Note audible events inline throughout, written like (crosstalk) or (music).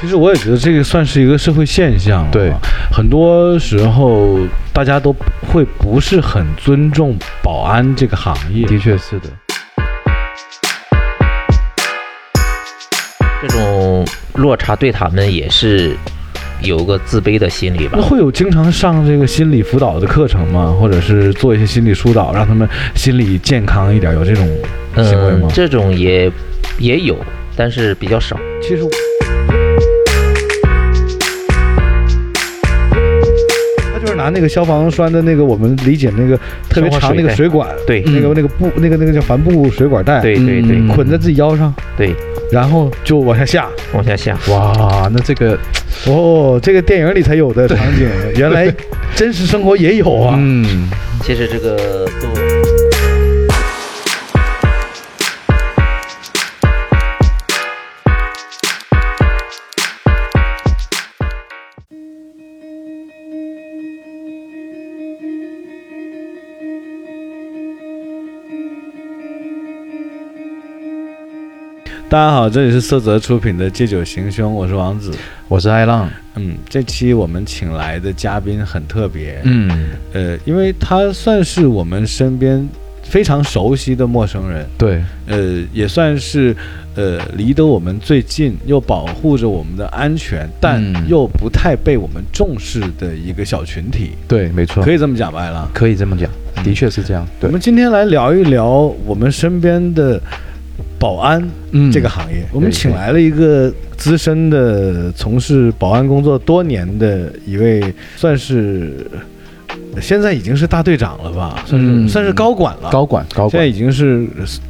其实我也觉得这个算是一个社会现象、啊，对，很多时候大家都会不是很尊重保安这个行业。的确是的。这种落差对他们也是有个自卑的心理吧那？会有经常上这个心理辅导的课程吗？或者是做一些心理疏导，让他们心理健康一点，有这种行为吗嗯，？这种也也有，但是比较少。其实我他就是拿那个消防栓的那个，我们理解那个特别长那个水管，对那个那个布那个那个叫帆布水管带，对对对嗯捆在自己腰上，对，然后就往下下。往下下。哇，那这个，哦，这个电影里才有的场景， (laughs) 原来真实生活也有啊。嗯，其实这个做大家好，这里是色泽出品的《借酒行凶》，我是王子。我是爱浪，嗯，这期我们请来的嘉宾很特别，嗯，呃，因为他算是我们身边非常熟悉的陌生人，对，呃，也算是呃离得我们最近，又保护着我们的安全，但嗯又不太被我们重视的一个小群体，对，没错，可以以这么讲吧，艾拉？可以这么讲，的确是这样，我对，们今天来聊一聊我们身边的保安嗯这个行业。我们请来了一个资深的从事保安工作多年的一位，算是现在已经是大队长了吧，算是、嗯算是高管了。高管，高现在管已，经是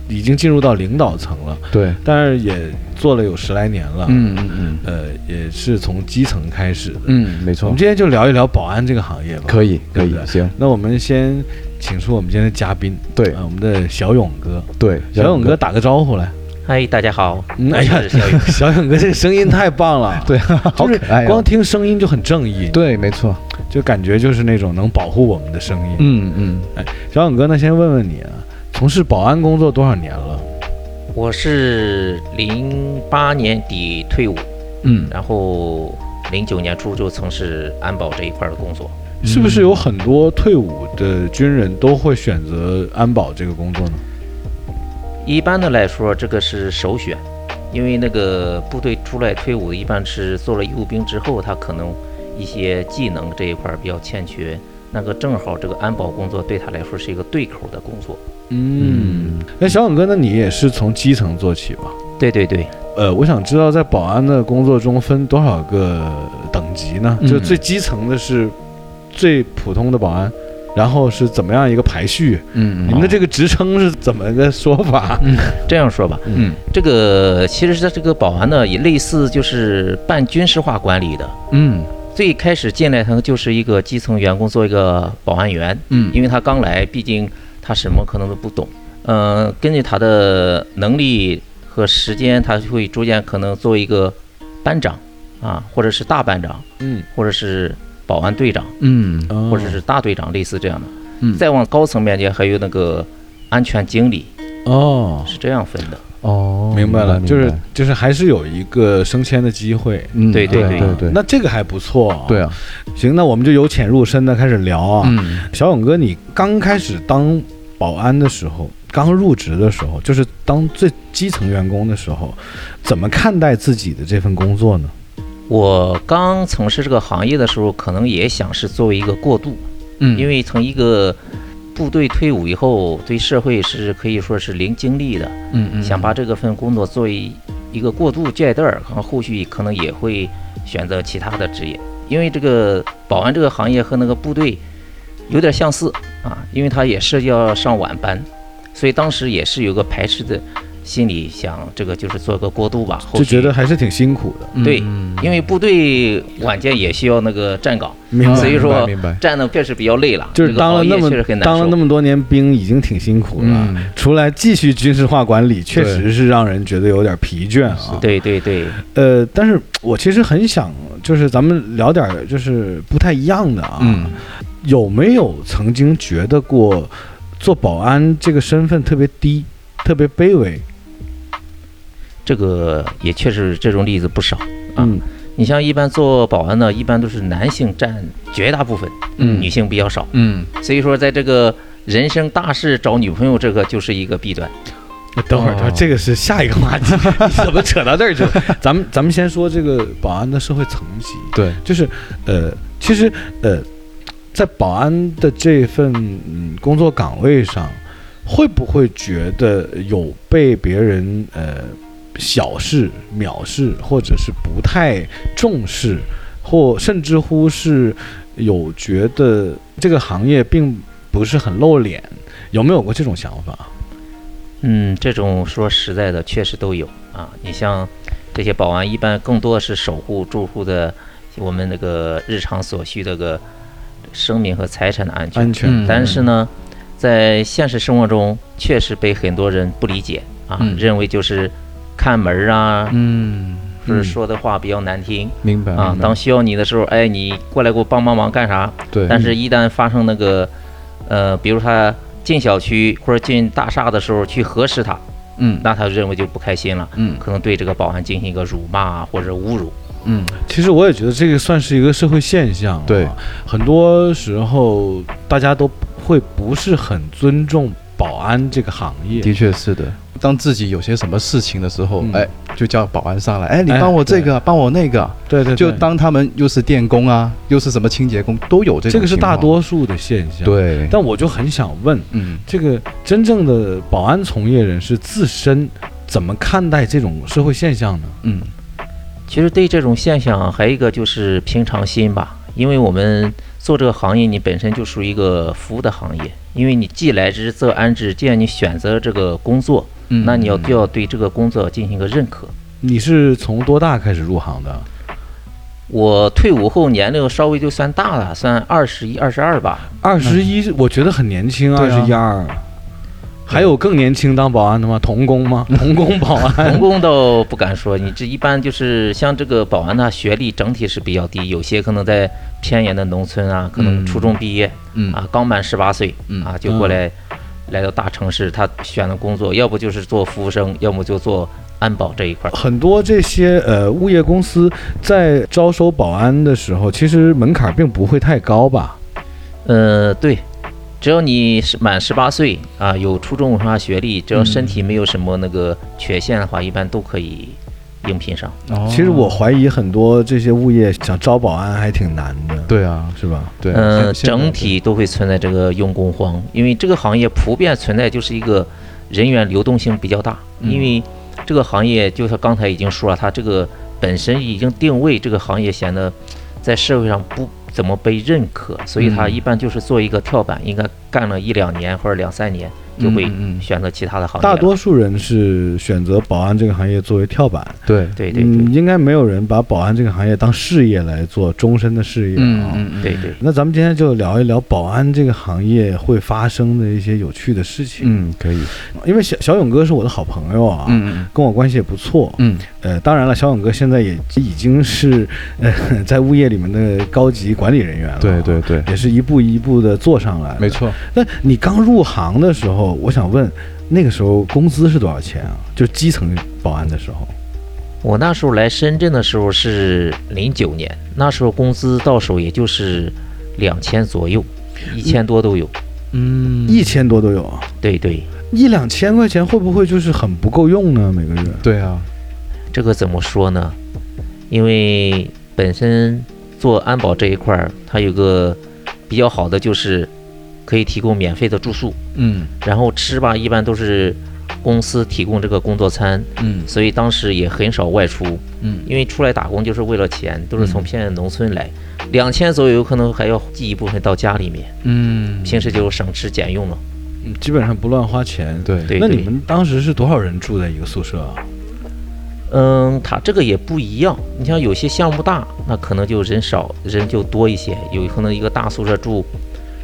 已经进入到领导层了，对，但是也做了有十来年了。，嗯嗯嗯呃，也是从基层开始的。，嗯，没我错们，今天就聊一聊保安这个行业吧。可以，可对不以对，行，那我们先请出我们今天的嘉宾，对啊我们的小勇哥，对，小勇哥，打个招呼 (laughs) 来。嗨，大家好，嗯我是小雨。 (laughs) 小勇哥这个声音太棒了， (laughs) 对，好 (laughs) 就是可爱啊，光听声音就很正义，，对，没错，就感觉就是那种能保护我们的声音。嗯嗯，小勇哥，那先问问你啊，从事保安工作多少年了？我是零八年底退伍，嗯，然后零九年初就从事安保这一块儿的工作。嗯是不是有很多退伍的军人都会选择安保这个工作呢？一般的来说，这个是首选，因为那个部队出来退伍，一般是做了义务兵之后，他可能一些技能这一块儿比较欠缺。那个正好，这个安保工作对他来说是一个对口的工作。嗯，那小勇哥，那你也是从基层做起吧？对对对，呃，我想知道在保安的工作中分多少个等级呢？嗯就最基层的是最普通的保安，然后是怎么样一个排序？嗯你们的这个职称是怎么个说法？这样说吧，嗯这个其实是这个保安呢，也类似就是半军事化管理的。嗯最开始进来，他就是一个基层员工，做一个保安员，嗯因为他刚来，毕竟他什么可能都不懂。嗯、根据他的能力和时间，他就会逐渐可能做一个班长啊，或者是大班长，嗯，或者是保安队长，嗯哦或者是大队长，类似这样的。嗯，再往高层面讲，还有那个安全经理，哦，是这样分的。哦，明白了，明就是白就是还是有一个升迁的机会。啊嗯，对对对对对，那这个还不错、啊。对，啊，行，那我们就由浅入深的开始聊啊。嗯小勇哥，你刚开始当保安的时候，刚入职的时候，就是当最基层员工的时候，怎么看待自己的这份工作呢？我刚从事这个行业的时候，可能也想是作为一个过渡，嗯，因为从一个部队退伍以后，对社会是可以说是零经历的，嗯嗯想把这个份工作作为一个过渡阶段儿，可能后续可能也会选择其他的职业，因为这个保安这个行业和那个部队有点相似啊，因为它也涉及到上晚班，所以当时也是有个排斥的心理，想这个就是做个过渡吧，后就续觉得还是挺辛苦的。对嗯因为部队晚间也需要那个站岗，明白所以说明白明白站的确实比较累了，嗯就是这个当了熬夜那么确实很难当了受那么多年兵，已经挺辛苦了。嗯出来继续军事化管理，确实是让人觉得有点疲倦啊。对对对，呃，但是我其实很想就是咱们聊点儿就是不太一样的啊，嗯，有没有曾经觉得过做保安这个身份特别低、特别卑微？这个也确实这种例子不少。啊嗯，你像一般做保安呢，一般都是男性占绝大部分，嗯女性比较少。嗯，所以说，在这个人生大事找女朋友，这个就是一个弊端。等会儿，哦等会儿这个是下一个话题，你 (laughs) 怎么扯到这儿去了？ (laughs) 咱们咱们先说这个保安的社会层级，对，就是呃，其实呃，在保安的这份嗯工作岗位上，会不会觉得有被别人呃小视、藐视，或者是不太重视，或甚至乎是有觉得这个行业并不是很露脸？有没有过这种想法？ (laughs) 嗯，这种说实在的，确实都有啊。你像这些保安，一般更多的是守护住户的我们那个日常所需的个生命和财产的安全。安全？嗯但是呢，在现实生活中，确实被很多人不理解啊，嗯认为就是看门儿啊，嗯，或者嗯说的话比较难听明白啊。明白当需要你的时候，哎，你过来给我帮帮忙干啥？嗯对，但是，一旦发生那个，呃，比如他进小区或者进大厦的时候去核实他，嗯那他认为就不开心了，嗯可能对这个保安进行一个辱骂啊或者侮辱。嗯，其实我也觉得这个算是一个社会现象、啊，对，很多时候大家都会不是很尊重保安这个行业，的确是的。当自己有些什么事情的时候，嗯哎，就叫保安上来，哎，你哎帮我这对个，帮我那个，对对对，就当他们又是电工啊，又是什么清洁工，都有这种这个是情况大多数的现象，。对，但我就很想问，嗯这个真正的保安从业人士自身怎么看待这种社会现象呢？嗯其实对这种现象，还有一个就是平常心吧，因为我们做这个行业，你本身就属于一个服务的行业，因为你既来之则安之。既然你选择这个工作，嗯，那你要就要对这个工作进行一个认可。你是从多大开始入行的？我退伍后年龄稍微就算大了，算二十一、二十二吧。二十一，我觉得很年轻，嗯对二啊十一二。还有更年轻当保安的吗？童工 (laughs) 吗？童工保安？ (laughs) 童工倒不敢说，你这一般就是像这个保安呢，学历整体是比较低，有些可能在偏远的农村啊，可能嗯初中毕业，嗯啊，刚满十八岁嗯啊，就过来来到大城市，他选的工作要不就是做服务生，要么就做安保这一块儿。很多这些呃物业公司在招收保安的时候，其实门槛并不会太高吧？呃，对，只要你是满十八岁啊，有初中文化学历，只要身体没有什么那个缺陷的话，一般都可以应聘上。哦其实我怀疑很多这些物业想招保安还挺难的，，对啊是吧？对啊，呃嗯、现在整体都会存在这个用工荒，因为这个行业普遍存在就是一个人员流动性比较大，嗯因为这个行业就是刚才已经说了，它这个本身已经定位这个行业显得在社会上不怎么被认可，所以它嗯一般就是做一个跳板，应该干了一两年或者两三年就会嗯嗯嗯选择其他的行业了。大多数人是选择保安这个行业作为跳板，对对对对嗯，应该没有人把保安这个行业当事业来做，终身的事业啊。嗯对对。那咱们今天就聊一聊保安这个行业会发生的一些有趣的事情，嗯可以因为小小勇哥是我的好朋友啊，嗯跟我关系也不错，嗯呃，当然了，小勇哥现在也已经是 (laughs) 呃在物业里面的高级管理人员了，对，对对，也是一步一步的做上来的。没。错，那你刚入行的时候，我想问，那个时候工资是多少钱啊？就基层保安的时候，我那时候来深圳的时候是零九年，那时候工资到手也就是两千左右，一千多都有。嗯一千多都有啊，对对，一两千块钱会不会就是很不够用呢？每个月？对啊，这个怎么说呢？因为本身做安保这一块儿，它有个比较好的就是可以提供免费的住宿，嗯然后吃吧一般都是公司提供这个工作餐，嗯所以当时也很少外出，嗯因为出来打工就是为了钱，都是从嗯偏远农村来，两千左右有可能还要寄一部分到家里面，嗯，平时就省吃俭用了。嗯基本上不乱花钱。对对那你们当时是多少人住在一个宿舍啊？嗯，它这个也不一样。你像有些项目大，那可能就人少，人就多一些，有可能一个大宿舍住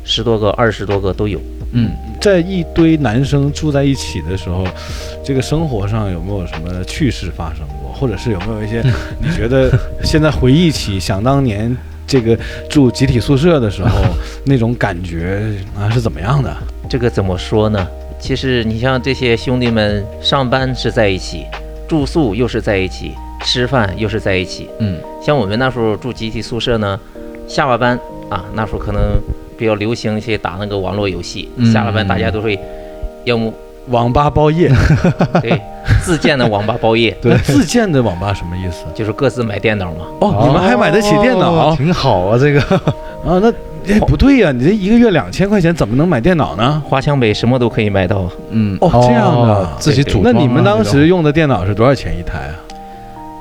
十多个、二十多个都有。嗯，在一堆男生住在一起的时候，这个生活上有没有什么趣事发生过，或者是有没有一 (laughs) 些你觉得现在回忆起想当年这个住集体宿舍的时 (laughs) 候那种感觉啊是怎么样的？这个怎么说呢？其实你像这些兄弟们，上班是在一起，住宿又是在一起，吃饭又是在一起。嗯，像我们那时候住集体宿舍呢，下了班啊，那时候可能比较流行一些打那个网络游戏，嗯下了班大家都会，要么网吧包 (laughs) 夜，对自建的网吧包夜， (laughs) 那自建的网吧什么意思？就是各自买电脑嘛。哦，你们还买得起电脑哦啊？挺好啊，这个那哎不对呀、你这一个月两千块钱怎么能买电脑呢？花枪北什么都可以买到，啊嗯哦这样的自对己对组那装啊。你们当这种时用的电脑是多少钱一台啊？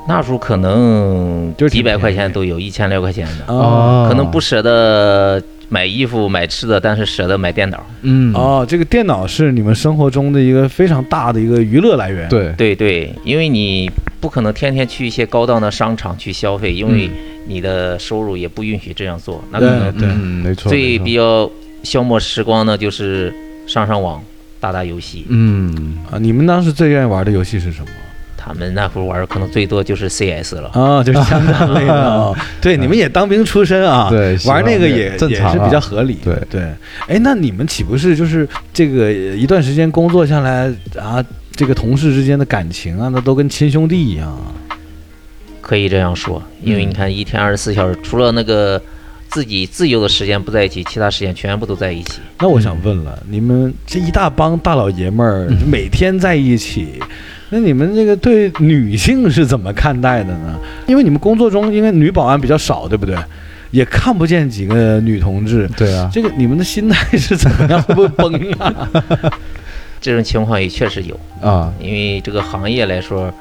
那时候可能就是几挺百块便宜钱都有，一千来块钱的，啊哦啊可能不舍得买衣服买吃的，但是舍得买电脑。嗯哦，这个电脑是你们生活中的一个非常大的一个娱乐来源。，对对对，因为你不可能天天去一些高档的商场去消费，因为你的收入也不允许这样做。那可能嗯对嗯没错最没错比较消磨时光呢，就是上上网、打打游戏。嗯啊，你们当时最愿意玩的游戏是什么？他们那会儿玩儿可能最多就是 CS 了。啊，就是枪战类的 (laughs) 啊。对，你们也当兵出身 (laughs) 啊，对玩那个也正常啊也是比较合理。对对，哎，那你们岂不是就是这个呃一段时间工作下来啊，这个同事之间的感情啊，那都跟亲兄弟一样啊？可以这样说，因为你看一天二十四小时，除了那个自己自由的时间不在一起，其他时间全部都在一起。那我想问了，你们这一大帮大老爷们儿每天在一起，那你们这个对女性是怎么看待的呢？因为你们工作中应该女保安比较少，对不对？也看不见几个女同志，对啊，这个你们的心态是怎么样？会不会崩啊？ (laughs) 这种情况也确实有，啊因为这个行业来说，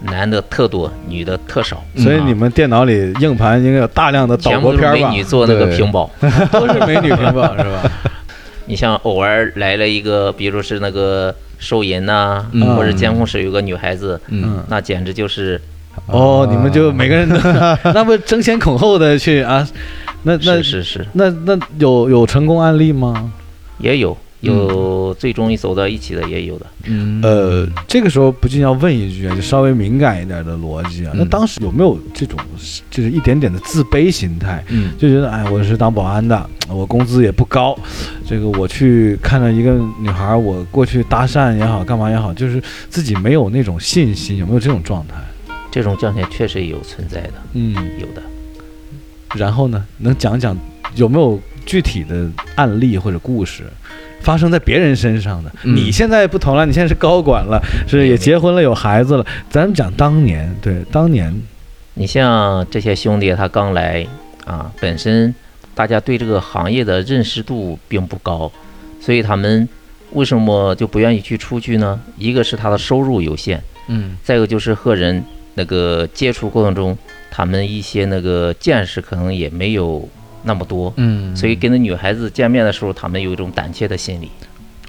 男的特多，女的特少。 (laughs) 所以啊你们电脑里硬盘应该有大量的全岛部国都是片儿美吧女？做那个屏保。 (laughs) 都是美女屏保是吧？你像偶尔来了一个，比如是那个收银呐、嗯或者监控室有个女孩子，嗯嗯，那简直就是哦，你们就每个人都， (laughs) 那不争先恐后的去啊？那那是是是，那那有有成功案例吗？也有有嗯最终走到一起的也有的。嗯呃，这个时候不禁要问一句啊，就稍微敏感一点的逻辑啊，那嗯当时有没有这种就是一点点的自卑心态？嗯就觉得哎，我是当保安的，我工资也不高，这个我去看到一个女孩，我过去搭讪也好，干嘛也好，就是自己没有那种信心，有没有这种状态？这种状态确实有存在的，嗯，有的。然后呢，能讲讲有没有具体的案例或者故事？发生在别人身上的，嗯你现在不同了，你现在是高管了，是也结婚了，有孩子了。咱们讲当年，对当年，你像这些兄弟，他刚来啊，本身大家对这个行业的认识度并不高，所以他们为什么就不愿意去出去呢？一个是他的收入有限，嗯再一个就是和人那个接触过程中，他们一些那个见识可能也没有那么多，嗯所以跟那女孩子见面的时候，他们有一种胆怯的心理，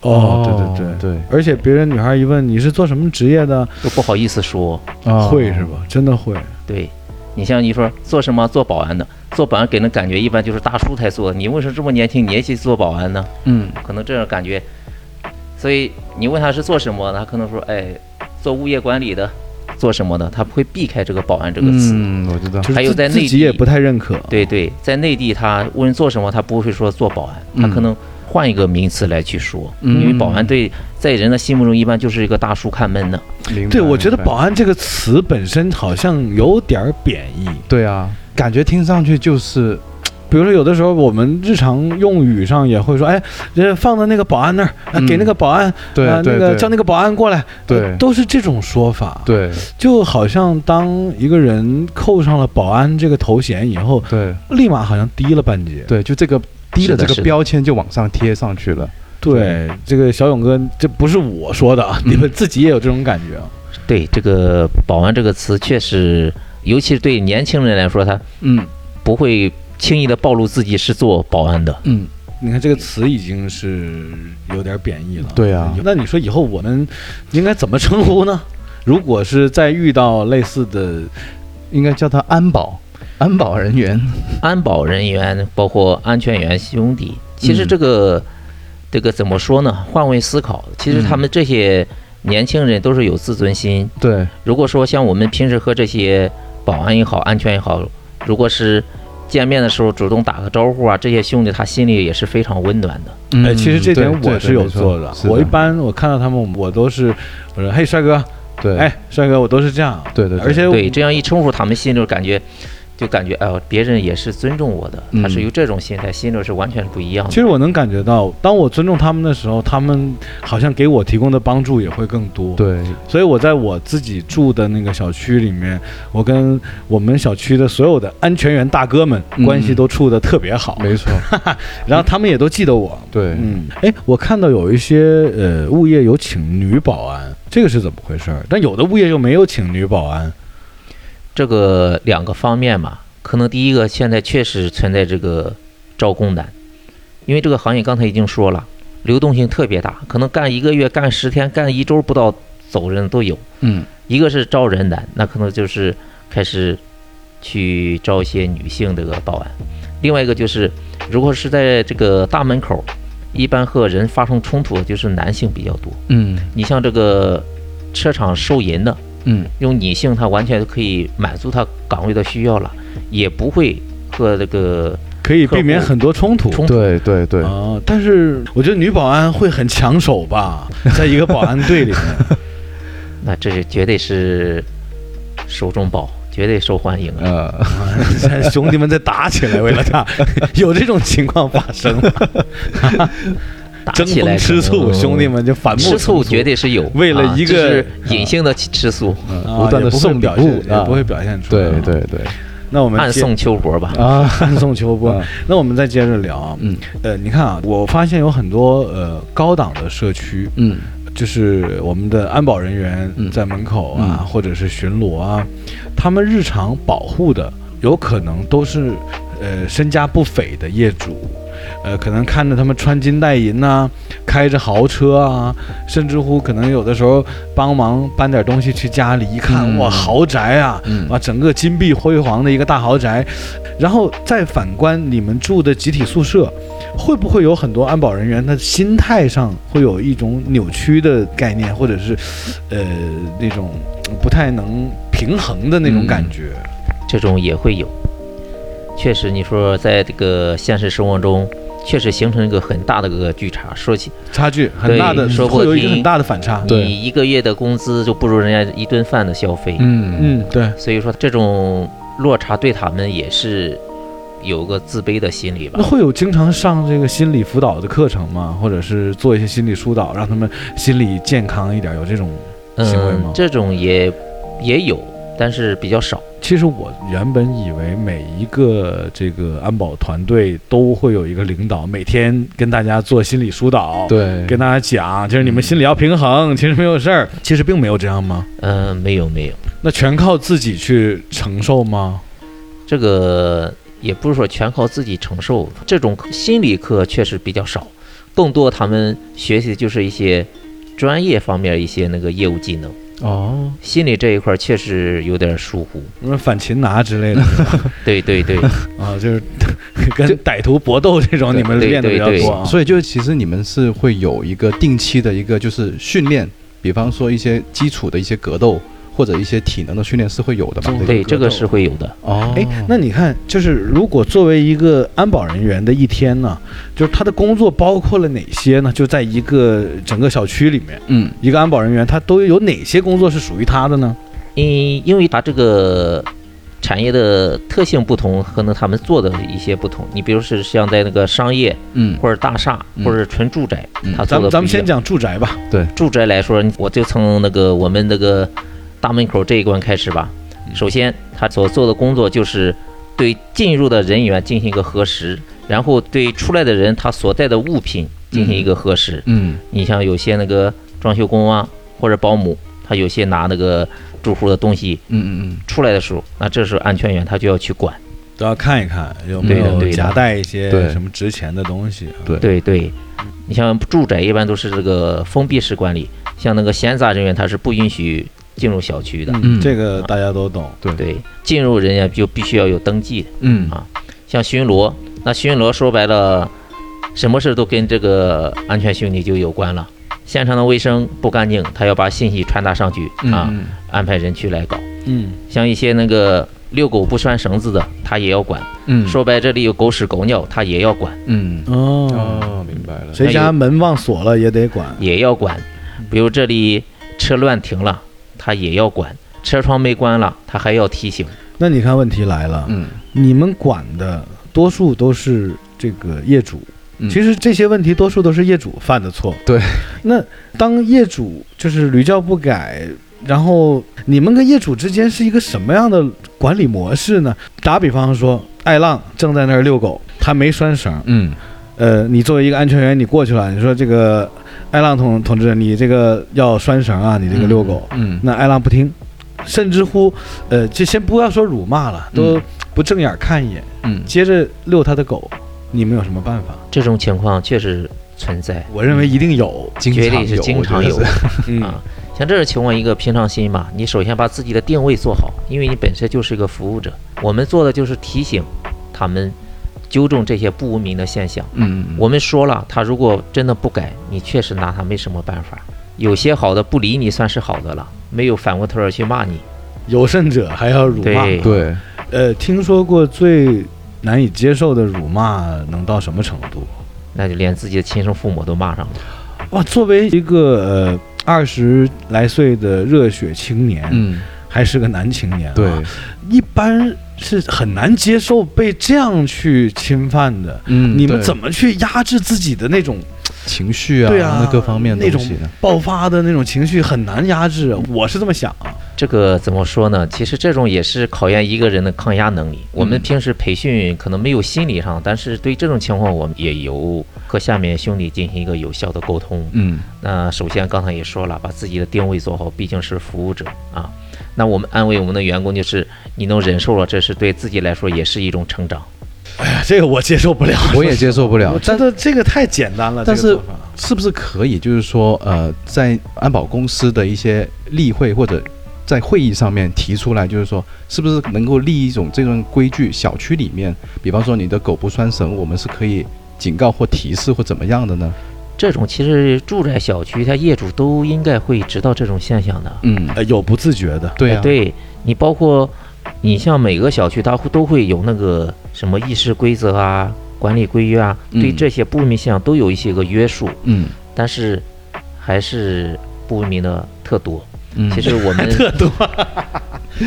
哦对对对。哦对而且别人女孩一问你是做什么职业的，都不好意思说。对啊会是吧？真的会。对，你像你说做什么做保安的，做保安给人感觉一般就是大叔才做，你为什么这么年轻，你也去做保安呢？嗯可能这样感觉。所以你问他是做什么的，他可能说，哎，做物业管理的，做什么的，他不会避开这个保安这个词。嗯，我知道就是还有自在自内己也地不太认可。对对，在内地他问做什么，他不会说做保安，他嗯可能换一个名词来去说，嗯因为保安对在人的心目中一般就是一个大叔看门的，嗯明白对，我觉得明白保安这个词本身好像有点儿贬义。对啊，感觉听上去就是比如说，有的时候我们日常用语上也会说，哎，人家放到那个保安那儿，啊嗯给那个保安，对啊对那个对叫那个保安过来，呃对都是这种说法。，对就好像当一个人扣上了保安这个头衔以后，对立马好像低了半截。对，就这个低的是的这是个的标签就往上贴上去了。对，这个小勇哥，这不是我说的 (laughs) 啊，嗯你们自己也有这种感觉啊。对这个保安这个词确实，尤其是对年轻人来说，他嗯不会轻易的暴露自己是做保安的。嗯，你看这个词已经是有点贬义了。对啊那你说以后我们应该怎么称呼呢？ (laughs) 如果是再遇到类似的，应该叫他安保安保人员。安保人员包括安全员兄弟，其实嗯这个这个怎么说呢？换位思考，其实他们这些年轻人都是有自尊心。对，如果说像我们平时和这些保安也好、安全也好，如果是见面的时候主动打个招呼啊，这些兄弟他心里也是非常温暖的。嗯哎，其实这点我是有做的的。。我一般我看到他们，我都是我说嘿帅哥，对，哎帅哥，我都是这样。对对对而且对，这样一称呼，他们心里感觉。就感觉哎呦，别人也是尊重我的，他是嗯有这种心态，心里是完全不一样的其。实我能感觉到，当我尊重他们的时候，他们好像给我提供的帮助也会更多。，对，所以我在我自己住的那个小区里面，我跟我们小区的所有的安全员大哥们嗯关系都处得特别好，没错，然后他们也都记得我。对，嗯，哎，我看到有一些呃物业有请女保安，这个是怎么回事儿？但有的物业又没有请女保安。这个两个方面嘛，可能第一个现在确实存在这个招工难，因为这个行业刚才已经说了，流动性特别大，可能干一个月、干十天、干一周不到走人都有。嗯，一个是招人难，那可能就是开始去招一些女性这个保安；另外一个就是，如果是在这个大门口，一般和人发生冲突的就是男性比较多。嗯，你像这个车厂收银的，嗯，用女性，她完全可以满足她岗位的需要了，也不会和这个可以避免很多冲突。冲突。对对对，啊，但是我觉得女保安会很抢手吧，在一个保安队里面，那这是绝对是手中宝，绝对受欢迎啊！呃，啊 (laughs) 兄弟们在打起来，为了 (laughs) 他，有这种情况发生吗？打争起风来吃可能哦醋，兄弟们就反目吃醋绝对对是有，为了啊一这个嗯是隐性的吃醋，啊不断的送礼表物啊现，，也不会表现出来。对，对对啊那我们暗接嗯送秋波吧。啊，暗送秋波啊。那我们再接着聊啊，嗯呃，你看啊，我发现有很多呃高档的社区，嗯就是我们的安保人员嗯在门口啊，嗯或者是巡逻啊，他们日常保护的有可能都是呃身家不菲的业主，呃，可能看着他们穿金戴银呐、开着豪车啊，甚至乎可能有的时候帮忙搬点东西去家里，一看、嗯哇，豪宅啊，嗯哇，整个金碧辉煌的一个大豪宅，然后再反观你们住的集体宿舍，会不会有很多安保人员他心态上会有一种扭曲的概念，或者是，呃，那种不太能平衡的那种感觉？嗯这种也会有。确实，你说在这个现实生活中，确实形成一个很大的一个巨差。说起差距很大的，对说不会有一个听很大的反差。对你一个月的工资就不如人家一顿饭的消费，嗯嗯，对，所以说这种落差对他们也是有个自卑的心理吧那。会有经常上这个心理辅导的课程吗？或者是做一些心理疏导，让他们心理健康一点？有这种？行为吗嗯，这种也也有，但是比较少。其实我原本以为每一个这个安保团队都会有一个领导，每天跟大家做心理疏导，对，跟大家讲，就是你们心里要平衡，其实没有事儿，其实并没有这样吗？嗯，没有没有，那全靠自己去承受吗？这个也不是说全靠自己承受，这种心理课确实比较少，更多他们学习就是一些专业方面一些那个业务技能，哦，心理这一块儿确实有点疏忽。什么反擒拿之类的对对对，啊，就是跟歹徒搏斗这种，对你们练的比较对多啊。所以就是其实你们是会有一个定期的一个就是训练，比方说一些基础的一些格斗或者一些体能的训练是会有的吧？对这这个个是会有的。哦，哎，那你看，就是如果作为一个安保人员的一天呢，就是他的工作包括了哪些呢？就在一个整个小区里面，嗯一个安保人员他都有哪些工作是属于他的呢？因因为它这个产业的特性不同，可能他们做的一些不同。你比如是像在那个商业嗯或者大厦嗯或者纯住宅嗯，它咱做的们咱们不一先样讲住宅吧。住宅来说，我就从那个我们那个大门口这一关开始吧。首先，他所做的工作就是对进入的人员进行一个核实，然后对出来的人他所带的物品进行一个核实。嗯你像有些那个装修工啊或者保姆，他有些拿那个住户的东西嗯嗯出来的时候，那这时候安全员他就要去管。都要看一看有对没的有对的夹带一些对什么值钱的东西啊。对对对，你像住宅一般都是这个封闭式管理，像那个闲杂人员他是不允许进入小区的。嗯，嗯这个大家都懂。对，进入人员就必须要有登记。嗯像巡逻，那巡逻说白了，什么事儿都跟这个安全训练就有关了。现场的卫生不干净，他要把信息传达上去啊，嗯安排人去来搞。嗯像一些那个遛狗不拴绳子的，他也要管。嗯，说白，这里有狗屎狗尿，他也要管，嗯哦，哦，明白了，谁家门忘锁了也得管。也要管。嗯比如这里车乱停了，他也要管；车窗没关了，他还要提醒。那你看问题来了，嗯你们管的多数都是这个业主。嗯其实这些问题多数都是业主犯的错。对，那当业主就是屡教不改，然后你们跟业主之间是一个什么样的管理模式呢？打比方说，爱浪正在那儿遛狗，他没拴绳，嗯呃，你作为一个安全员，你过去了，你说这个艾浪同同志，你这个要拴绳啊，你这个遛狗，嗯那艾浪不听，甚至乎，呃，就先不要说辱骂了，都嗯不正眼看一眼，嗯接着遛他的狗，你们有什么办法？这种情况确实存在，我认为一定有，嗯经绝常对是有，经我常觉得有是嗯啊。像这种情况，一个平常心嘛，你首先把自己的定位做好，因为你本身就是一个服务者。我们做的就是提醒他们纠正这些不文明的现象。嗯嗯我们说了，他如果真的不改，你确实拿他没什么办法。有些好的不理你算是好的了，没有反过头儿去骂你。有甚者还要辱骂。对对，呃，听说过最难以接受的辱骂能到什么程度？那就连自己的亲生父母都骂上了。哇，作为一个呃二十来岁的热血青年，嗯还是个男青年、啊，对，一般是很难接受被这样去侵犯的。嗯你们怎么么去压制自己的那种情绪啊，对啊那各方面那的种东西呢？爆发的那种情绪很难压制，我是这么想 (laughs) 啊。这个怎么说呢？其实这种也是考验一个人的抗压能力。我们平时培训可能没有心理上，但是对这种情况，我们也有和下面兄弟进行一个有效的沟通。嗯那首先刚才也说了，把自己的定位做好，毕竟是服务者啊。那我们安慰我们的员工就是，你能忍受了，这是对自己来说也是一种成长。哎呀，这个我接受不了，我也接受不了我，觉得这个太简单了。但这个是做法是不是可以，就是说，呃，在安保公司的一些例会或者在会议上面提出来，就是说，是不是能够立一种这种规矩？小区里面，比方说你的狗不拴绳，我们是可以警告或提示或怎么样的呢？这种其实住宅小区，它业主都应该会知道这种现象的。嗯，呃有不自觉的，对哎啊，对你包括你像每个小区，它会都会有那个什么议事规则啊、管理规约啊，对嗯这些不文明现象都有一些个约束，嗯但是还是不文明的特多。嗯，其实我们特多，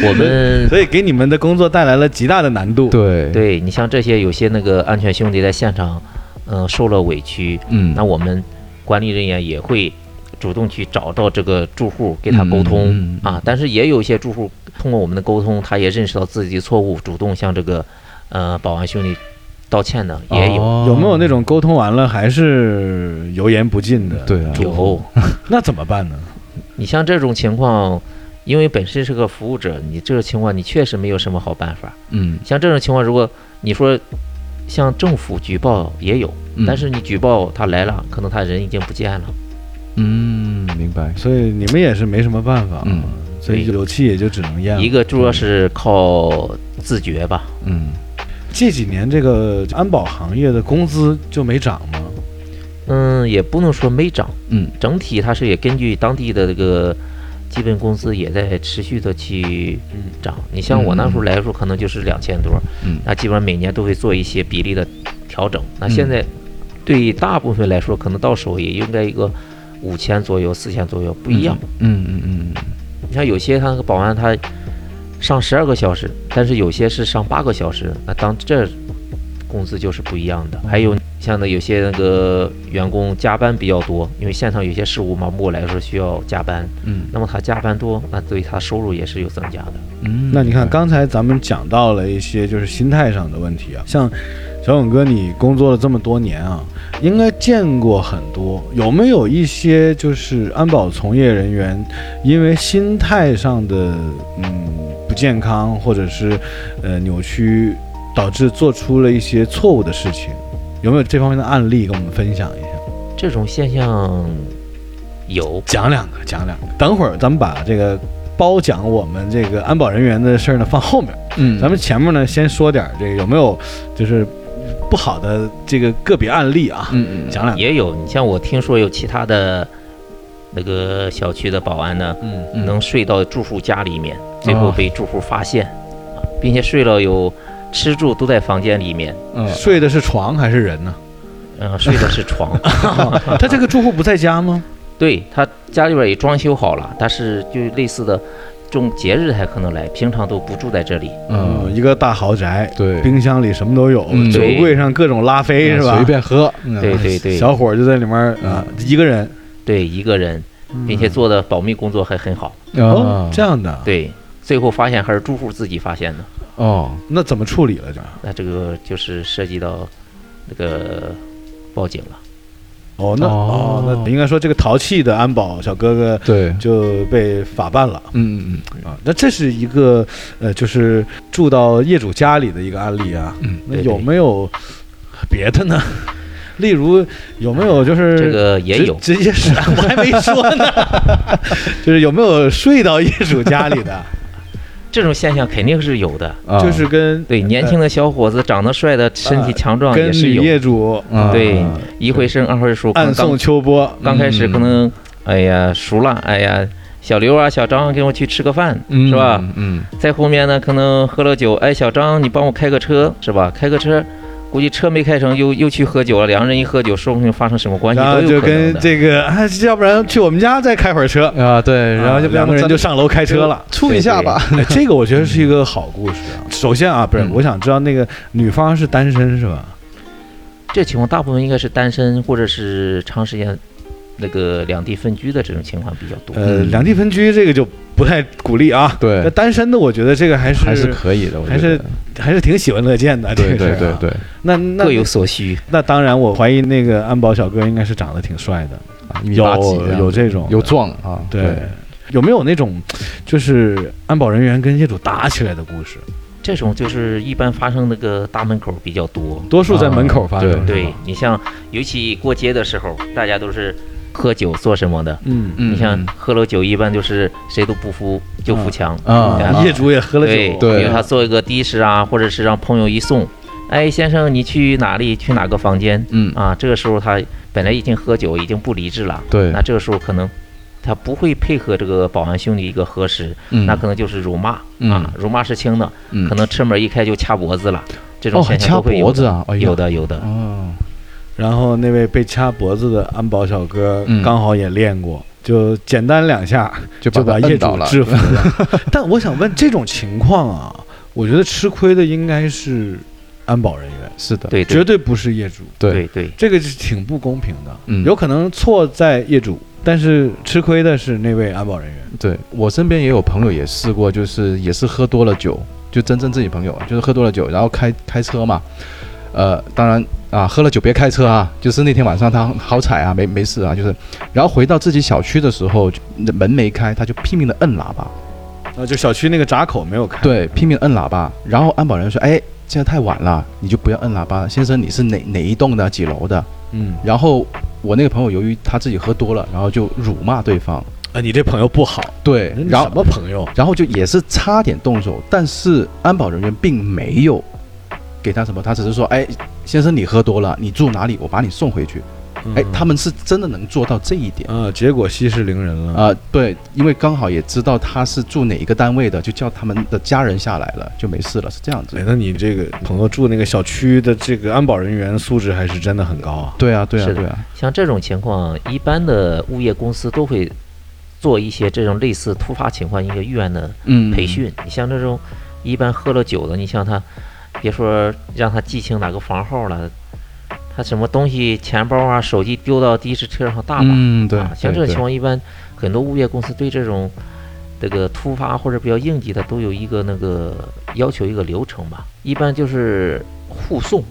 我们所以给你们的工作带来了极大的难度。对，对你像这些有些那个安全兄弟在现场，嗯、受了委屈，嗯，那我们管理人员也会主动去找到这个住户，给他沟通、嗯嗯嗯啊。但是也有一些住户通过我们的沟通，他也认识到自己的错误，主动向这个呃保安兄弟道歉的也有。哦有没有那？种沟通完了还是油盐不进的？，对啊，有，那怎么办呢？你像这种情况，因为本身是个服务者，你这个情况你确实没有什么好办法。嗯，像这种情况，如果你说向政府举报也有，嗯但是你举报他来了，可能他人已经不见了。嗯，明白，所以你们也是没什么办法，嗯，所以有气也就只能咽了。一个主要是靠自觉吧，嗯这几年这个安保行业的工资就没涨吗？嗯，也不能说没涨，嗯整体它是也根据当地的这个基本工资也在持续的去嗯，涨。你像我那时候嗯来的时候，可能就是两千多，嗯那基本上每年都会做一些比例的调整。那嗯现在对大部分来说，可能到手也应该一个五千左右、四千左右，不一样。嗯嗯嗯你像有些他那个保安他上十二个小时，但是有些是上八个小时，那当这工资就是不一样的。还有像那有些那个员工加班比较多，因为现场有些事务嘛，我来说需要加班，嗯那么他加班多，那对他收入也是有增加的。嗯，那你看，刚才咱们讲到了一些就是心态上的问题啊，像小勇哥，你工作了这么多年啊，应该见过很多，有没有一些就是安保从业人员因为心态上的嗯不健康或者是呃扭曲，导致做出了一些错误的事情？有没有这方面的案例跟我们分享一下？这种现象有，讲两个，讲两个。等会儿咱们把这个褒奖我们这个安保人员的事儿呢放后面，嗯，咱们前面呢先说点儿这个有没有就是不好的这个个别案例啊，嗯嗯讲两个。也有，你像我听说有其他的那个小区的保安呢，嗯嗯能睡到住户家里面，最后啊被住户发现，啊并且睡了有吃住都在房间里面，嗯，睡的是床还是人呢？ (laughs) 嗯、睡的是床。嗯他这个住户不在家吗？对他家里边也装修好了，但是就类似的，这种节日才可能来，平常都不住在这里。嗯，一个大豪宅，对，冰箱里什么都有，嗯酒柜上各种拉菲是吧？随便嗯喝，对嗯对对小伙儿就在里面啊，一个人，对，一个人，嗯并且做的保密工作还很好。哦啊，这样的，对，最后发现还是住户自己发现的。哦，那怎么处理了就？那这个就是涉及到那个报警了。哦，那哦哦，那应该说这个淘气的安保小哥哥对，就被法办了嗯嗯啊。那这是一个呃，就是住到业主家里的一个案例啊。嗯那对有对没有别的呢？ (laughs) 例如有没有就是啊这个也直有，直接 (laughs) 是 (laughs) 我还没说呢，就是有没有睡到业主家里 (laughs) 的，这种现象肯定是有的。嗯，啊就是跟对，年轻的小伙子长得帅的，身体强壮啊跟啊也是女有。业主啊对，啊一回生二回熟，可暗能刚送秋波，刚开始嗯可能，哎呀熟了，哎呀小刘啊小张跟我去吃个饭，嗯是吧？？嗯，在后面呢，可能喝了酒，哎，小张，你帮我开个车，是吧？开个车，估计车没开成，又又去喝酒了。两个人一喝酒，说不定发生什么关系然后都就有可能跟的。这个，哎，要不然去我们家再开会儿车，啊，对，然后就两个人就上楼开开车了。，处一下吧。 (laughs) 哎这个我觉得是一个好故事啊。首先啊，不是嗯，我想知道那个女方是单身是吧？这情况大部分应该是单身或者是长时间那个两地分居的这种情况比较多。呃，嗯两地分居这个就不太鼓励啊。那对，单身的，我觉得这个还是还是可以的，我觉还是得还是挺喜闻乐见的。这对个对事儿对啊。对，那那各有所需，那当然，我怀疑那个安保小哥应该是长得挺帅的，啊一米有八几样有这种的有壮啊，对。有没有那种，就是安保人员跟业主打起来的故事？这种就是一般发生那个大门口比较多。多数在门口发生。啊是对吧你像，尤其过节的时候，大家都是喝酒做什么的？嗯嗯你像喝了酒，一般就是谁都不服就扶墙，啊，业主也喝了酒，对，对比如他做一个的士啊，或者是让朋友一送，哎，先生你去哪里？去哪个房间？嗯，啊，这个时候他本来已经喝酒，已经不理智了，对那，这个时候可能他不会配合这个保安兄弟一个核实，嗯那可能就是辱骂嗯啊，辱骂是轻的，嗯可能车门一开就掐脖子了，这种哦还现象掐都会有脖子的，啊，哎呀有，的有的，哦，然后那位被掐脖子的安保小哥嗯刚好也练过，就简单两下就就把把他业摁倒主了，制服 (laughs) 了。但我想问，这种情况啊，我觉得吃亏的应该是安保人员，是的，对绝对对不是业主。对，对对，这个是挺不公平的，嗯有可能错在业主，但是吃亏的是那位安保人员。对我身边也有朋友也试过，就是也是喝多了酒，就真正自己朋友啊，就是喝多了酒，然后开开车嘛，呃，当然啊，喝了酒别开车啊，就是那天晚上他好彩啊，没没事啊，就是，然后回到自己小区的时候，就门没开，他就拼命的摁喇叭，啊，就小区那个闸口没有开。，对，拼命地摁喇叭，然后安保人员说，哎，现在太晚了，你就不要摁喇叭了，先生，你是哪哪一栋的，几楼的？嗯，然后我那个朋友由于他自己喝多了，然后就辱骂对方，啊，你这朋友不好，对，你然什后么朋友？然后就也是差点动手，但是安保人员并没有给他什么，他只是说，哎，先生你喝多了，你住哪里？我把你送回去。嗯哎，他们是真的能做到这一点。啊，结果息事宁人了。啊、对，因为刚好也知道他是住哪一个单位的，就叫他们的家人下来了，就没事了，是这样子哎。，那你这个朋友住那个小区的这个安保人员素质还是真的很高啊。对啊，对啊，是的对啊，像这种情况，一般的物业公司都会做一些这种类似突发情况一个预案的嗯，培训。你像这种一般喝了酒的，你像他，别说让他记清哪个房号了，他什么东西、钱包啊、手机丢到的士车上大把。嗯，对啊，，像这种对对情况，一般很多物业公司对这种这个突发或者比较应急的，都有一个那个要求一个流程吧。一般就是护送，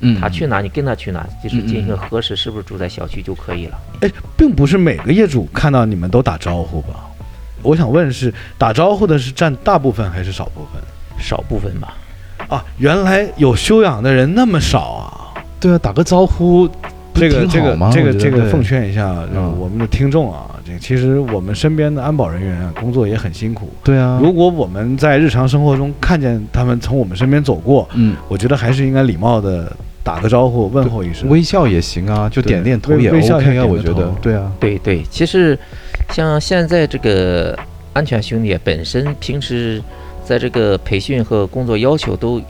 嗯，他去哪你跟他去哪，就是进行一嗯个嗯核实是不是住在小区就可以了。并不是每个业主看到你们都打招呼吧？我想问是打招呼的是占大部分还是少部分少部分吧。啊？原来有修养的人那么少啊！对啊，打个招呼，不这是个挺这好个吗这我个觉这得个对奉劝一下呃嗯我们的听众啊，这其实我们身边的安保人员啊，工作也很辛苦。对啊，如果我们在日常生活中看见他们从我们身边走过，嗯我觉得还是应该礼貌的打个招呼，问候一声。微笑也行啊，就对点点头微也微笑一下 OK 啊，点我个觉得头，对啊，对对，其实像现在这个安全兄弟本身平时在这个培训和工作要求都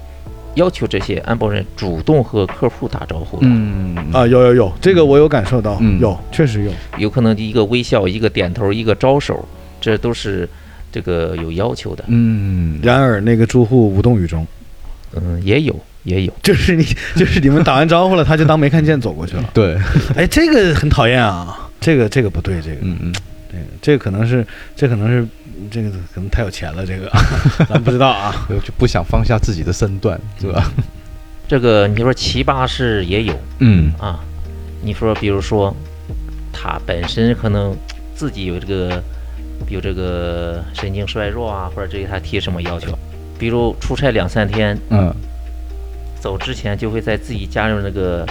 要求这些安保人主动和客户打招呼，嗯啊，有有有，这个我有感受到，嗯有确实有。有可能一个微笑、一个点头、一个招手，这都是这个有要求的。嗯，然而那个住户无动于衷，嗯，也有也有， (laughs) 就是你就是你们打完招呼了，他就当没看见走过去 (laughs) 了。对，哎，这个很讨厌啊，这个这个不对，这个嗯嗯，这个这个可能是这可能是这个可能太有钱了，这个 (laughs) 咱不知道 (laughs) 啊。就就不想放下自己的身段，是吧？这个你说奇葩事也有嗯啊。你说，比如说他本身可能自己有这个有这个神经衰弱啊，或者对他提什么要求，比如出差两三天嗯，走之前就会在自己家用那个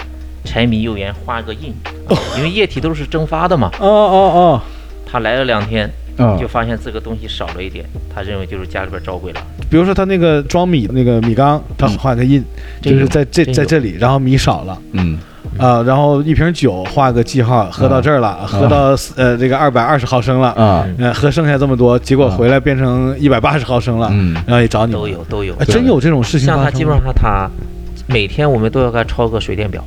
柴米油盐画个印、啊因为液体都是蒸发的嘛。哦哦他来了两天，啊就发现这个东西少了一点，他认为就是家里边招鬼了。哦，比如说他那个装米那个米缸，他画个印，这就个是在这这个在这里，然后米少了。嗯啊、然后一瓶酒画个记号，喝到这儿了，喝到四呃这个二百二十毫升了，啊嗯呃喝剩下这么多，结果回来变成一百八十毫升了，嗯然后也找你们都有都有哎，真有这种事情像发他生基本吗上他每天我们都要给他抄个水电表，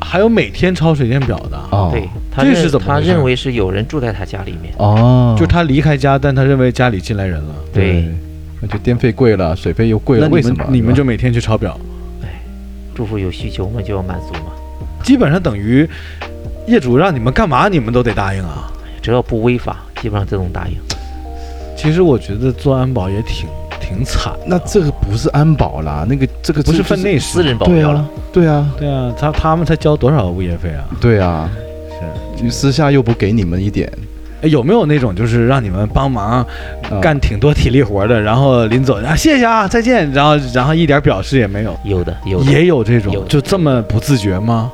还有每天抄水电表的，哦对他这认是怎么他回事认为是有人住在他家里面，哦，就是他离开家，但他认为家里进来人了，对，，那就电费贵了，水费又贵那了，你为什们么？你们是就吧每天去抄表，住户有需求我们就要满足嘛，基本上等于业主让你们干嘛，你们都得答应啊。只要不违法，基本上都能答应。其实我觉得做安保也挺挺惨的，那这个不是安保啦，那个这个不是就分内私事，人保对镖了啊，对啊，对啊，他他们才交多少物业费嗯啊？对啊，是。你私下又不给你们一点，哎有没有那种就是让你们帮忙啊干挺多体力活的，然后临走啊谢谢啊再见，然后然后一点表示也没有，有的有的，也有这有种，的就这么不自觉吗？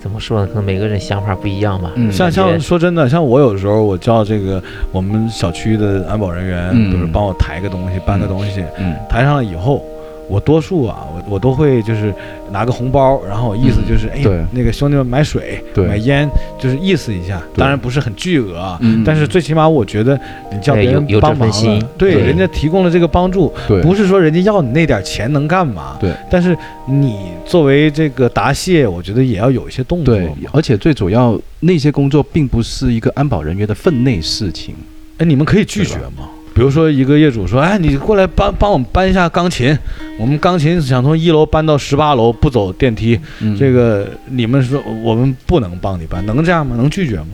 怎怎么说呢？可能每个人想法不一样吧。嗯像感像觉说真的，像我有时候我叫这个我们小区的安保人员，嗯比如帮我抬个东西、搬个东西，嗯抬上了以后。我多数啊，我我都会就是拿个红包，然后我意思就是，哎嗯对，那个兄弟们买水、对买烟，就是意思一下，对当然不是很巨额啊，嗯哎但是最起码我觉得你叫对别有人有这帮忙份心了，对，对人家提供了这个帮助，对不是说人家要你那点钱能干嘛？对，但是你作为这个答谢，我觉得也要有一些动作对嘛。，而且最主要那些工作并不是一个安保人员的分内事情，哎，你们可以拒绝吗？比如说一个业主说，哎，你过来帮帮我们搬一下钢琴，我们钢琴想从一楼搬到十八楼，不走电梯，嗯这个你们说我们不能帮你搬，能这样吗？能拒绝吗？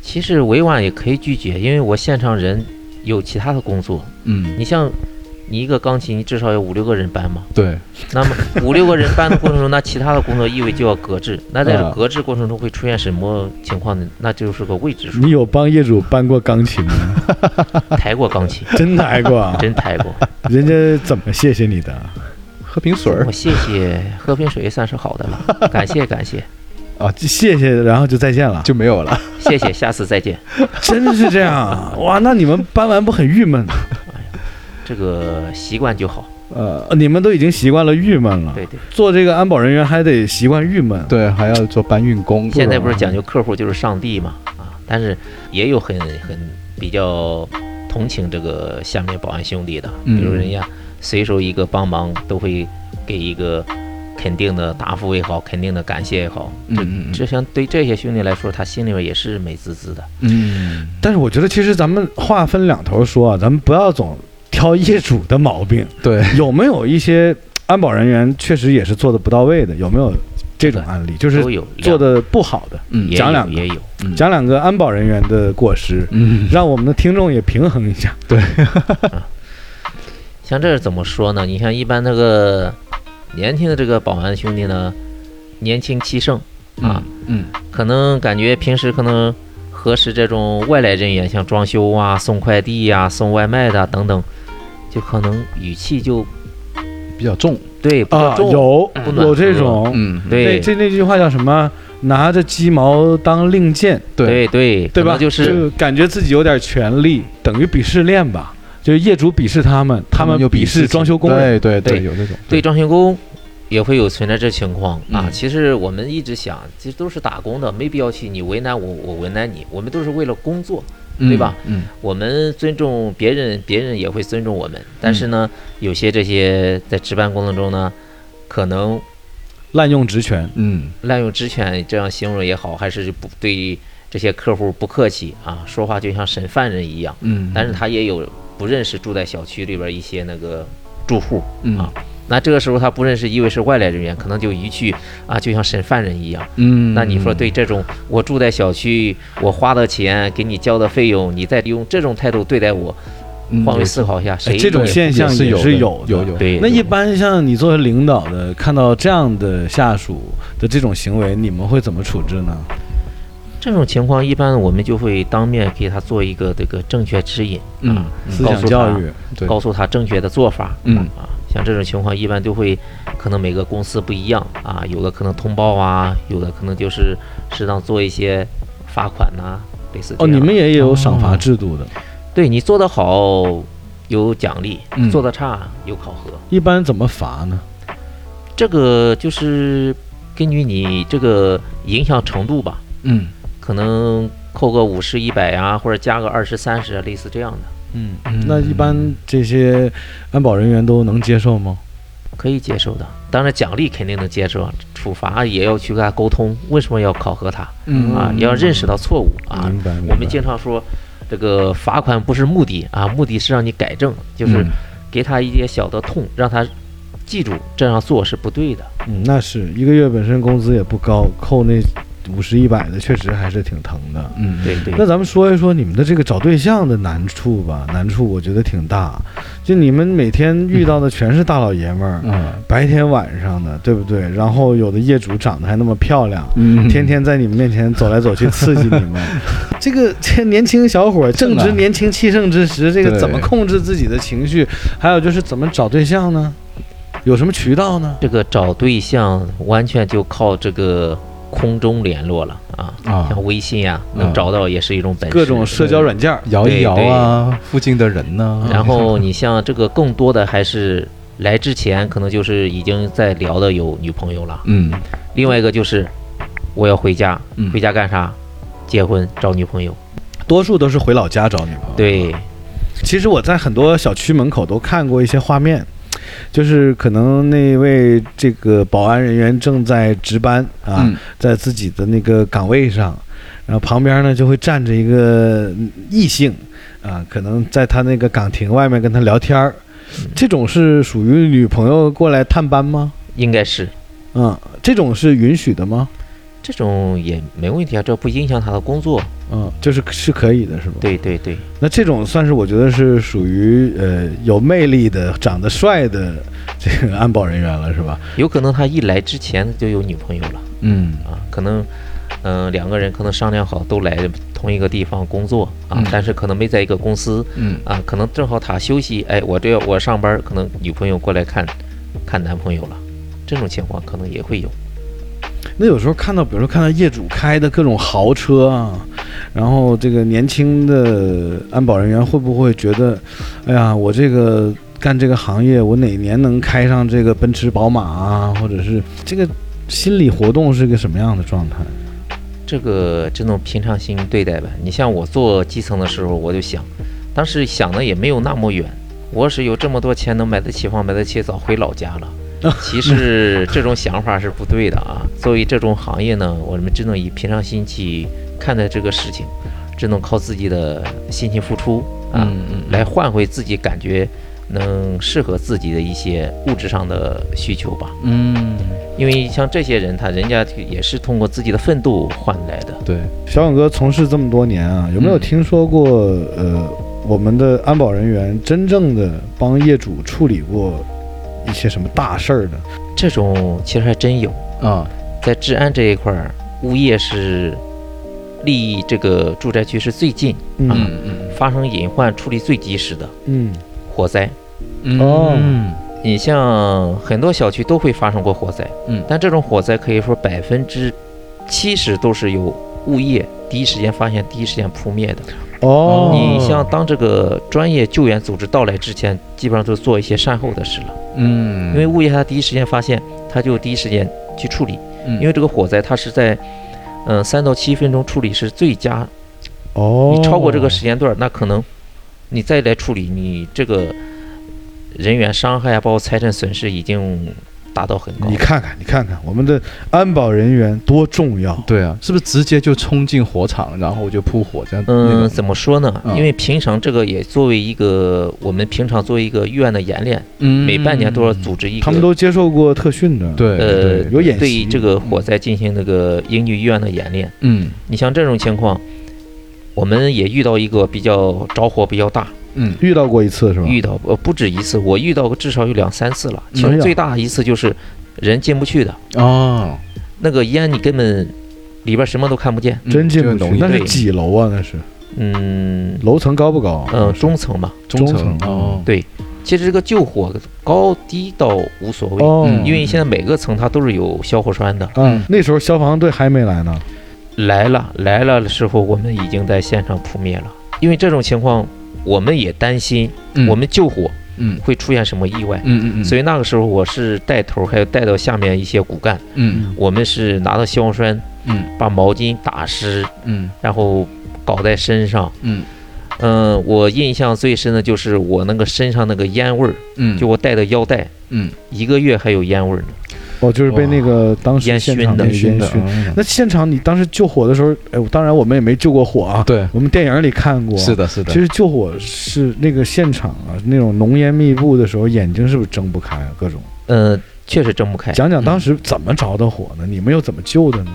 其实委婉也可以拒绝，因为我现场人有其他的工作。嗯你像你一个钢琴，你至少有五六个人搬嘛。对那么五六个人搬的过程中，那其他的工作意味就要搁置。那在这啊搁置过程中会出现什么情况呢？那就是个未知数。你有帮业主搬过钢琴吗？ (laughs) 抬过钢琴，真抬过 (laughs) 啊？真抬过。人家怎么谢谢你的？喝瓶水儿我谢谢，喝瓶水也算是好的了，感谢感谢，啊谢谢，然后就再见了，就没有了，谢谢，下次再见。真的是这样 (laughs) 啊！哇，那你们搬完不很郁闷？这个习惯就好。呃，你们都已经习惯了郁闷了，对对，做这个安保人员还得习惯郁闷。对，还要做搬运工，现在不是容易讲究客户就是上帝嘛啊，但是也有很很比较同情这个下面保安兄弟的，嗯比如人家随手一个帮忙都会给一个肯定的答复也好，肯定的感谢也好，嗯嗯这像对这些兄弟来说，他心里面也是美滋滋的。嗯但是我觉得，其实咱们话分两头说啊，咱们不要总挑业主的毛 (laughs) 病。对，有没有一些安保人员确实也是做的不到位的？有没有这种案例，就是都有做的不好的？嗯也讲有两个也有，嗯讲两个安保人员的过失，嗯让我们的听众也平衡一下。像这怎么说呢？你看一般那个年轻的这个保安兄弟呢，年轻气盛啊，嗯可能感觉平时可能核实这种外来人员，像装修啊、送快递呀、送外卖的啊等等，就可能语气就比较重，对不啊，重，有不暖有这和种，嗯对那这那句话叫什么？拿着鸡毛当令箭，对对对可吧？能就是感觉自己有点权利，等于鄙视链吧。就是业主鄙视他们，他他们们又鄙视视装修工人。对对对有这种对装修工也会有存在这情况啊。嗯其实我们一直想，其实都是打工的，没必要去你为难我，我为难你，我们都是为了工作。对吧？嗯我们尊重别人，别人也会尊重我们。但是嗯呢，有些这些在值班过程中呢，可能滥用职权，嗯滥用职权这样形容也好，还是不对这些客户不客气啊，说话就像审犯人一样。嗯，但是他也有不认识住在小区里边一些那个住户，嗯啊那这个时候他不认识，以为是外来人员，可能就一去啊，就像审犯人一样。嗯，那你说对这种我住在小区，我花的钱给你交的费用，你再用这种态度对待我，嗯换位思考一下，哎谁这种对现也象是有是的有有的有对那一般像你作为领导的，看到这样的下属的这种行为，你们会怎么处置呢？嗯这种情况，一般我们就会当面给他做一个这个正确指引，啊嗯思告想诉教他育，对告诉他正确的做法。嗯啊，像这种情况，一般都会可能每个公司不一样啊，有的可能通报啊，有的可能就是适当做一些罚款呐、类似这哦，样你的们也有赏罚哦制度的，对你做得好有奖励，嗯做得差有考核。一般怎么罚呢？这个就是根据你这个影响程度吧，嗯可能扣个五十、一百啊，或者加个二十、三十，啊类似这样的，嗯嗯，那一般这些安保人员都能接受吗？可以接受的。当然奖励肯定能接受，啊，处罚也要去跟他沟通，为什么要考核他嗯啊？也要认识到错误啊。明白，明白我们经常说，这个罚款不是目的啊，目的是让你改正，嗯就是给他一些小的痛，让他记住这样做是不对的。嗯，那是一个月本身工资也不高，扣那五十一百的，确实还是挺疼的。嗯对对。那咱们说一说你们的这个找对象的难处吧，难处我觉得挺大，就你们每天遇到的全是大老爷们儿，嗯白天晚上的，对不对？然后有的业主长得还那么漂亮，嗯天天在你们面前走来走去，刺激你 (laughs) 们。这个这年轻小伙儿正是值吧年轻气盛之时，这个对怎么控制自己的情绪？还有就是怎么找对象呢？有什么渠道呢？这个找对象完全就靠这个空中联络了啊，啊像微信呀、嗯能找到也是一种本事。各种社交软件儿，摇一摇啊，附近的人呢，然后你像这个更多的还是来之前可能就是已经在聊的有女朋友了，嗯另外一个就是我要回家，嗯回家干啥？结婚找女朋友，多数都是回老家找女朋友。对，其实我在很多小区门口都看过一些画面，就是可能那位这个保安人员正在值班啊，嗯在自己的那个岗位上，然后旁边呢就会站着一个异性啊，可能在他那个岗亭外面跟他聊天儿。这种是属于女朋友过来探班吗？应该是嗯，这种是允许的吗？这种也没问题啊，这不影响他的工作。嗯，就是是可以的，是吧？对对对，那这种算是我觉得是属于呃有魅力的、长得帅的这个安保人员了，是吧？有可能他一来之前就有女朋友了。嗯啊，可能，嗯、两个人可能商量好都来同一个地方工作啊，嗯但是可能没在一个公司嗯啊，可能正好他休息，哎，我这我上班，可能女朋友过来看，看男朋友了，这种情况可能也会有。那有时候看到，比如说看到业主开的各种豪车啊，然后这个年轻的安保人员会不会觉得，哎呀，我这个干这个行业，我哪年能开上这个奔驰、宝马啊，或者是这个心理活动是个什么样的状态？这个只能平常心对待呗。你像我做基层的时候，我就想，当时想的也没有那么远，我是有这么多钱能买得起房、买得起早回老家了。 (laughs) 其实这种想法是不对的啊。作为这种行业呢，我们只能以平常心去看待这个事情，只能靠自己的辛勤付出啊，嗯嗯来换回自己感觉能适合自己的一些物质上的需求吧。嗯，因为像这些人，他人家也是通过自己的奋斗换来的。对，小勇哥从事这么多年啊，有没有嗯听说过、呃，我们的安保人员真正的帮业主处理过一些什么大事儿呢？这种其实还真有，啊，在治安这一块儿，物业是离这个住宅区是最近，嗯嗯发生隐患处理最及时的嗯，火灾。嗯哦你像很多小区都会发生过火灾，嗯但这种火灾可以说百分之七十都是由物业第一时间发现、第一时间扑灭的。哦，你像当这个专业救援组织到来之前，基本上都做一些善后的事了，嗯，因为物业它第一时间发现，他就第一时间去处理，嗯因为这个火灾它是在，嗯，三到七分钟处理是最佳，哦，你超过这个时间段儿，那可能你再来处理，你这个人员伤害啊，包括财产损失已经达到很高你。看看，你看看，我们的安保人员多重要。对啊，是不是直接就冲进火场，然后就扑火这样？嗯，那种怎么说呢？啊嗯因为平常这个也作为一个我们平常作为一个预案的演练，嗯每半年都要组织一个，他们都接受过特训的，，对呃对有演对习。这个火灾进行那个应急预案的演练。嗯你像这种情况，我们也遇到一个比较着火比较大，嗯遇到过一次是吧？遇到呃不止一次，我遇到过至少有两三次了。其哎中呀最大一次就是人进不去的，哦，那个烟你根本里边什么都看不见。嗯真进这个不容去，易那是对几楼啊？那是嗯楼层高不啊高？呃中层吧，中中层层哦，其实这个救火高低倒无所谓，哦，嗯因为现在每个层它都是有消火栓的。嗯，那时候消防队还没来呢。来了来了的时候，我们已经在现场扑灭了。因为这种情况，我们也担心嗯我们救火嗯会出现什么意外。嗯嗯嗯，所以以那个时候我是带头，还有带到下面一些骨干，嗯我们是拿到消防栓，嗯把毛巾打湿，嗯然后搞在身上。嗯嗯，我印象最深的就是我那个身上那个烟味儿，嗯，就我带的腰带，嗯一个月还有烟味儿呢。哦，就是被那个当时烟现熏场的那个熏烟的熏。嗯那现场你当时救火的时候，哎，我当然我们也没救过火啊，对，我们电影里看过。是。的是的其，实救火是那个现场啊，那种浓烟密布的时候，眼睛是不是睁不开啊？各种嗯，确实睁不哎开。讲嗯讲当时怎么着的火呢？你们又怎么救的呢？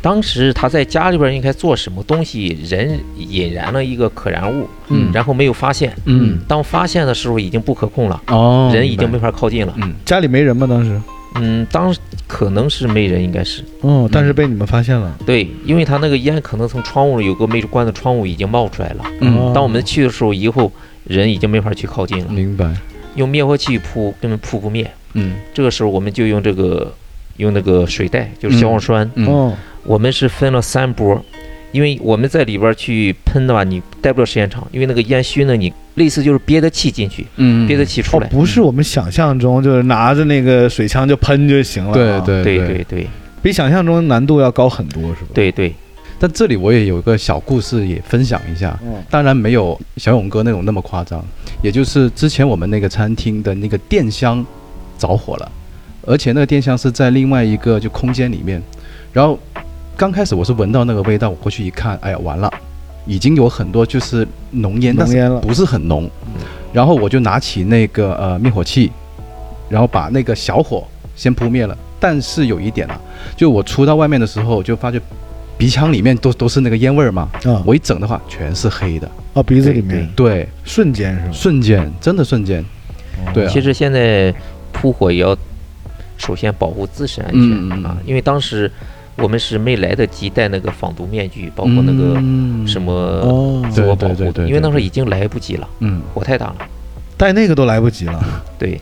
当时他在家里边应该做什么东西，人引燃了一个可燃物，嗯然后没有发现。嗯当发现的时候已经不可控了，哦，人已经没明白法靠近了。嗯家里没人吗？当时？嗯，当时可能是没人，应该是嗯，但是被你们发现了。对，因为他那个烟可能从窗户有个没关的窗户已经冒出来了。嗯当我们去的时候，以后人已经没法去靠近了，明白用灭火器扑根本扑不灭。嗯这个时候我们就用这个用那个水袋，就是消防栓，嗯哦，我们是分了三波。因为我们在里边去喷的话，你待不了时间长，因为那个烟熏的你，类似就是憋的气进去，嗯憋的气出哦来，。不是我们想象中，就是拿着那个水枪就喷就行了、啊对，对对对对比想象中难度要高很多，是吧？，对对，但这里我也有一个小故事也分享一下，嗯当然没有小勇哥那种那么夸张，也就是之前我们那个餐厅的那个电箱着火了，而且那个电箱是在另外一个就空间里面，然后刚开始我是闻到那个味道，我过去一看，哎呀完了，已经有很多就是浓烟，但浓是烟了。不是很浓，然后我就拿起那个呃灭火器，然后把那个小火先扑灭了。但是有一点啊，就我出到外面的时候，就发觉鼻腔里面都都是那个烟味儿嘛。啊，我一整的话，全是黑的。啊鼻子里对面对，瞬间是吧？哦瞬间，真的瞬间。对啊，其实现在扑火也要首先保护自身安嗯嗯嗯全啊，因为当时我们是没来得及戴那个防毒面具，包括那个嗯什么哦，自我保对对对护对的，因为那时候已经来不及了，嗯火太大了。带那个都来不及了。对，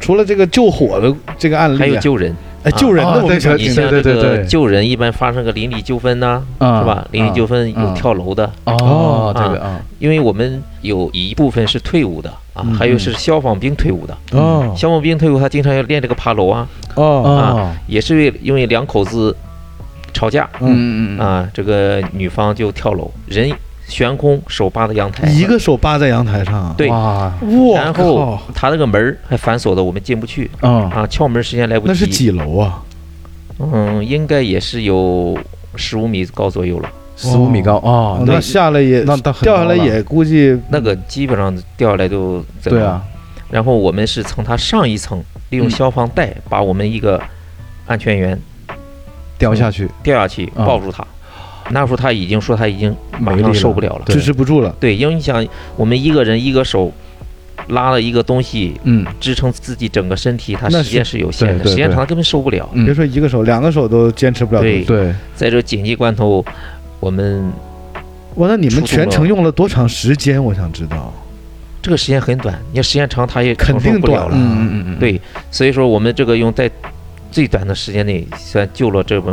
除了这个救火的这个案例啊，还有救人，哎救人啊的，我对们想对你听。像这对对个对救人一般发生个邻里纠纷呐，啊是吧？邻里纠纷啊有跳楼的，哦哦，这个啊，因为我们有一部分是退伍的啊嗯，还有是消防兵退伍的。哦消防兵退伍他经常要练这个爬楼啊，哦，哦，也是为因为两口子吵架，嗯嗯嗯啊，这个女方就跳楼，人悬空，手扒着阳台，一个手扒在阳台上，对哇，哇，然后靠他那个门儿还反锁的，我们进不去嗯啊，敲门时间来不及。那是？几楼啊？嗯，应该也是有十五米高左右了。十五米高哦，那下来也那那很掉下来高了也估计那个基本上掉下来都怎么嗯对啊，然后我们是从它上一层利用嗯消防带把我们一个安全员掉下去，掉下去，啊抱住他。那时候他已经说他已经马没力上了受不了了。支持不住了。对，因为你想，我们一个人一个手拉了一个东西，嗯支撑自己整个身体，它那时是间是有限对的，对时间对长了根本受不了。嗯别说一个手，两个手都坚持不了。对对，在这紧急关头，我们哇，那你们触动全了程用了多长时间？我想知道。这个时间很短，你要时间长，它也肯承受定不了短了。嗯嗯嗯嗯，对，所以说我们这个用在最短的时间内，算救了这么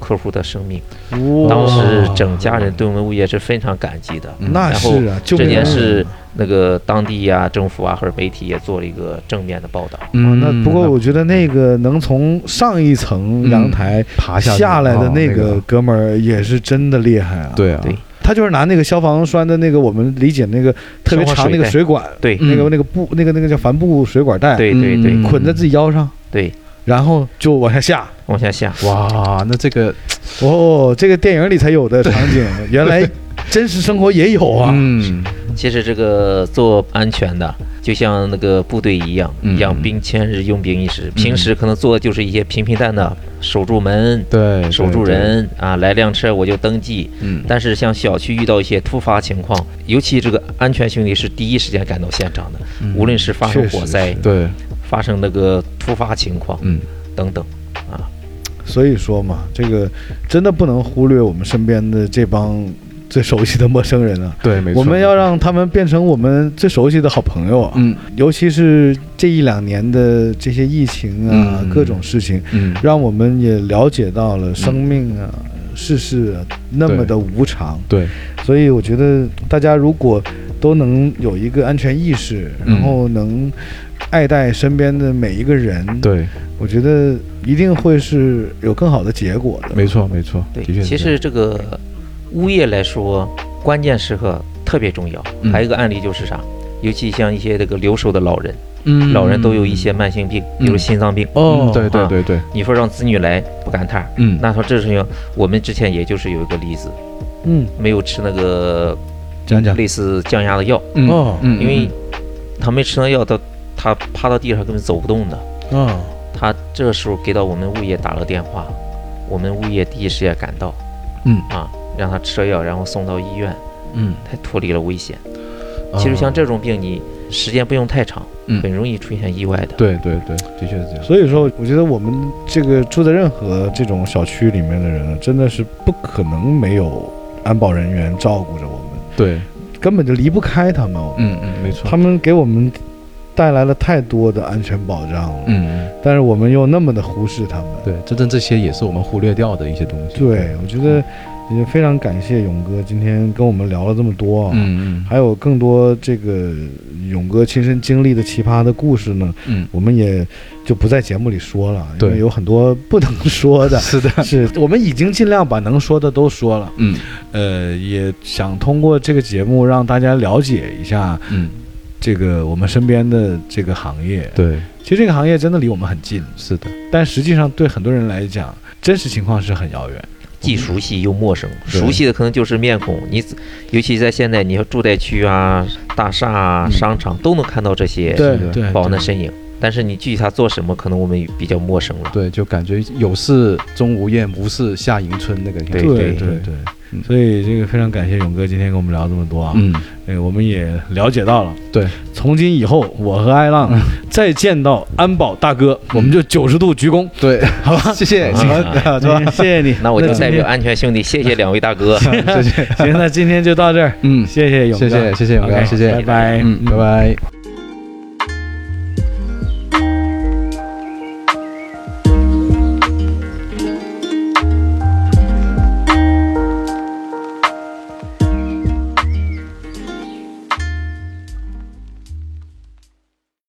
客户的生命。哇当时整家人对我们物业是非常感激的。嗯那然后是啊，救这命件啊事，那个当地呀、政府啊或者媒体也做了一个正面的报道。啊嗯，那不过我觉得那个能从上一层阳台爬下去下来的啊那那个哥们儿也是真的厉害啊！，对啊，对他就是拿那个消防栓的那个我们理解那个特别消防长那水个带水管，对那个嗯那个布那个那个叫帆布水管带，对对对嗯捆在自己腰上，对，然后就往下下。往下下。哇，那这个哦，这个电影里才有的场 (laughs) 景，原来真实生活也有啊！嗯，其实这个做安全的，就像那个部队一样，嗯养兵千日，用兵一时。平时可能做的就是一些平平淡淡，守住门。对，守住对，人啊，来辆车我就登记。对嗯，但是像小区遇到一些突发情况，尤其这个安全兄弟是第一时间赶到现场的，嗯无论是发生确实火灾是、对，发生那个突发情况嗯，等等。啊所以说嘛，这个真的不能忽略我们身边的这帮最熟悉的陌生人啊。对，没错，我们要让他们变成我们最熟悉的好朋友啊，嗯尤其是这一两年的这些疫情啊，嗯各种事情，嗯，让我们也了解到了生命啊、世事啊那么的无常。对，所以我觉得大家如果都能有一个安全意识，嗯然后能爱戴身边的每一个人，对，我觉得一定会是有更好的结果的。没错，没错，对的确，是其这样实这个物业来说，关键时刻特别重要。嗯还有一个案例就是啥，尤其像一些这个留守的老人，嗯老人都有一些慢性病，比如嗯心脏病。哦，对对啊对对，你说让子女来不赶趟儿，嗯，那说这事情，我们之前也就是有一个例子，嗯，没有吃那个讲讲类似降压的药，嗯哦嗯，因为他没吃那药，他他趴到地上根本走不动的。啊，他这时候给到我们物业打了电话，我们物业第一时间赶到嗯啊，让他吃了药，然后送到医院。嗯，才脱离了危险。嗯其实像，这种病，你时间不用太长，嗯很容易出现意外的。对对对，的确是这样，所以说，我觉得我们这个住在任何这种小区里面的人，真的是不可能没有安保人员照顾着我们，对，根本就离不开他们。嗯嗯，没错，他们给我们带来了太多的安全保障了，嗯，嗯但是我们又那么的忽视他们。对，真正这些也是我们忽略掉的一些东西，对，我觉得也非常感谢勇哥今天跟我们聊了这么多啊。嗯，嗯还有更多这个勇哥亲身经历的奇葩的故事呢，嗯我们也就不在节目里说了，因为对有很多不能说的 (laughs) 嗯，。是的，是我们已经尽量把能说的都说了，嗯呃，也想通过这个节目让大家了解一下嗯，这个我们身边的这个行业。对，其实这个行业真的离我们很近，是的，但实际上对很多人来讲，真实情况是很遥远。既熟悉又陌生，对熟悉的可能就是面孔，你自尤其在现在，你要住宅区啊、大厦啊、嗯商场都能看到这些对对对，保安的身影，但是你具体他做什么，可能我们比较陌生了。对，就感觉有事钟无艳，无事夏迎春那个感觉，对对对对对嗯所以这个非常感谢勇哥今天跟我们聊这么多啊，嗯，呃，我们也了解到了，对，从今以后我和艾浪再见到安保大哥，我们就九十度鞠躬，对， (laughs) 好吧？谢谢，行， (laughs) 是吧？谢谢你，那我就今代天表安全兄弟，谢谢两位大哥。谢谢， (laughs) 行，那今天就到这儿，嗯，谢谢勇哥，谢谢谢谢勇哥 OK，谢谢拜拜，嗯，拜拜。